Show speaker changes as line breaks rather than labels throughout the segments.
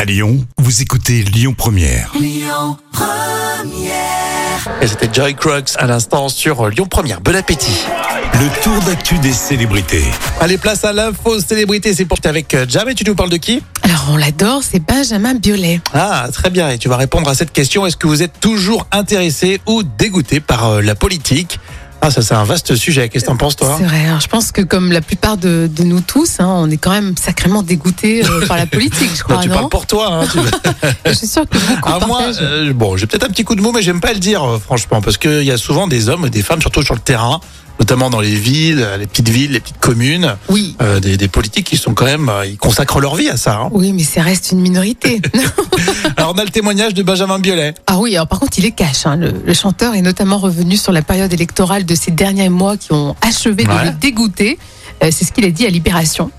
À Lyon, vous écoutez Lyon Première.
Et c'était Joy Crux à l'instant sur euh, Lyon Première. Bon appétit.
Le tour d'actu des célébrités.
Allez, place à l'info célébrité. C'est pour avec euh, Jam et tu nous parles de qui
Alors on l'adore, c'est Benjamin Biolay.
Ah, très bien. Et tu vas répondre à cette question. Est-ce que vous êtes toujours intéressé ou dégoûté par euh, la politique Ah, ça c'est un vaste sujet. Qu'est-ce que t'en penses toi
C'est vrai, alors je pense que comme la plupart de, de nous tous, hein, on est quand même sacrément dégoûté par la politique,
Non,
je crois,
Bah, tu
non,
parles pour toi. hein, tu-
Je suis sûre que beaucoup
Ah, moi,
partagent.
euh, bon, j'ai peut-être un petit coup de mou, mais j'aime pas le dire, euh, franchement, parce qu'il y a souvent des hommes et des femmes, surtout sur le terrain, notamment dans les villes, euh, les petites villes, les petites communes,
Oui,
euh, des, des politiques qui sont quand même, euh, ils consacrent leur vie à ça. hein.
oui, mais ça reste une minorité.
Alors on a le témoignage de Benjamin Biolay.
ah oui, alors par contre il est cash. hein. Le, le chanteur est notamment revenu sur la période électorale de ces derniers mois qui ont achevé
Ouais.
de le dégoûter. Euh, c'est ce qu'il a dit à Libération.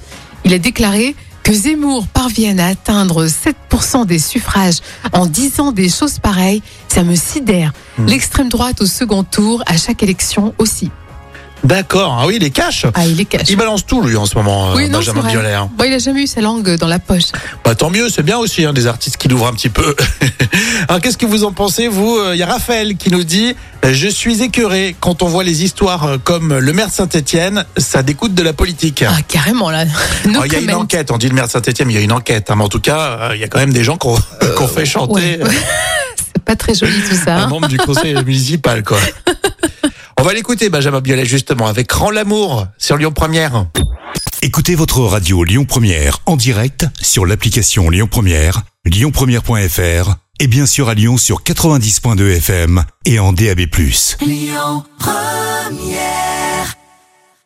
Il a déclaré que Zemmour parvienne à atteindre 7% des suffrages en disant des choses pareilles, ça me sidère.
Hmm.
L'extrême droite au second tour, à chaque élection aussi.
D'accord, ah oui, il est cash.
Ah, il est cash.
Il balance tout lui en ce moment, euh,
Oui, non,
Benjamin
c'est vrai.
Biolay. hein.
Bon, il a jamais eu sa langue dans la poche.
Bah, tant mieux, c'est bien aussi, hein, des artistes qui l'ouvrent un petit peu. Alors qu'est-ce que vous en pensez, vous euh, Il y a Raphaël qui nous dit « Je suis écœuré quand on voit les histoires euh, comme le maire de Saint-Etienne, ça découte de la politique.
Ah, carrément, là. No
Alors, il y a une
comment.
enquête, on dit le maire de Saint-Etienne, il y a une enquête. hein, mais en tout cas, euh, il y a quand même des gens qu'on qu'on fait chanter
ouais. C'est pas très joli tout ça.
un
hein.
membre du conseil municipal. Quoi. on va l'écouter, Benjamin Biolay, justement, avec Rends l'amour sur Lyon Première.
Écoutez votre radio Lyon Première en direct sur l'application Lyon Première, lyonpremière.fr et bien sûr à Lyon sur 90.2 FM et en DAB+.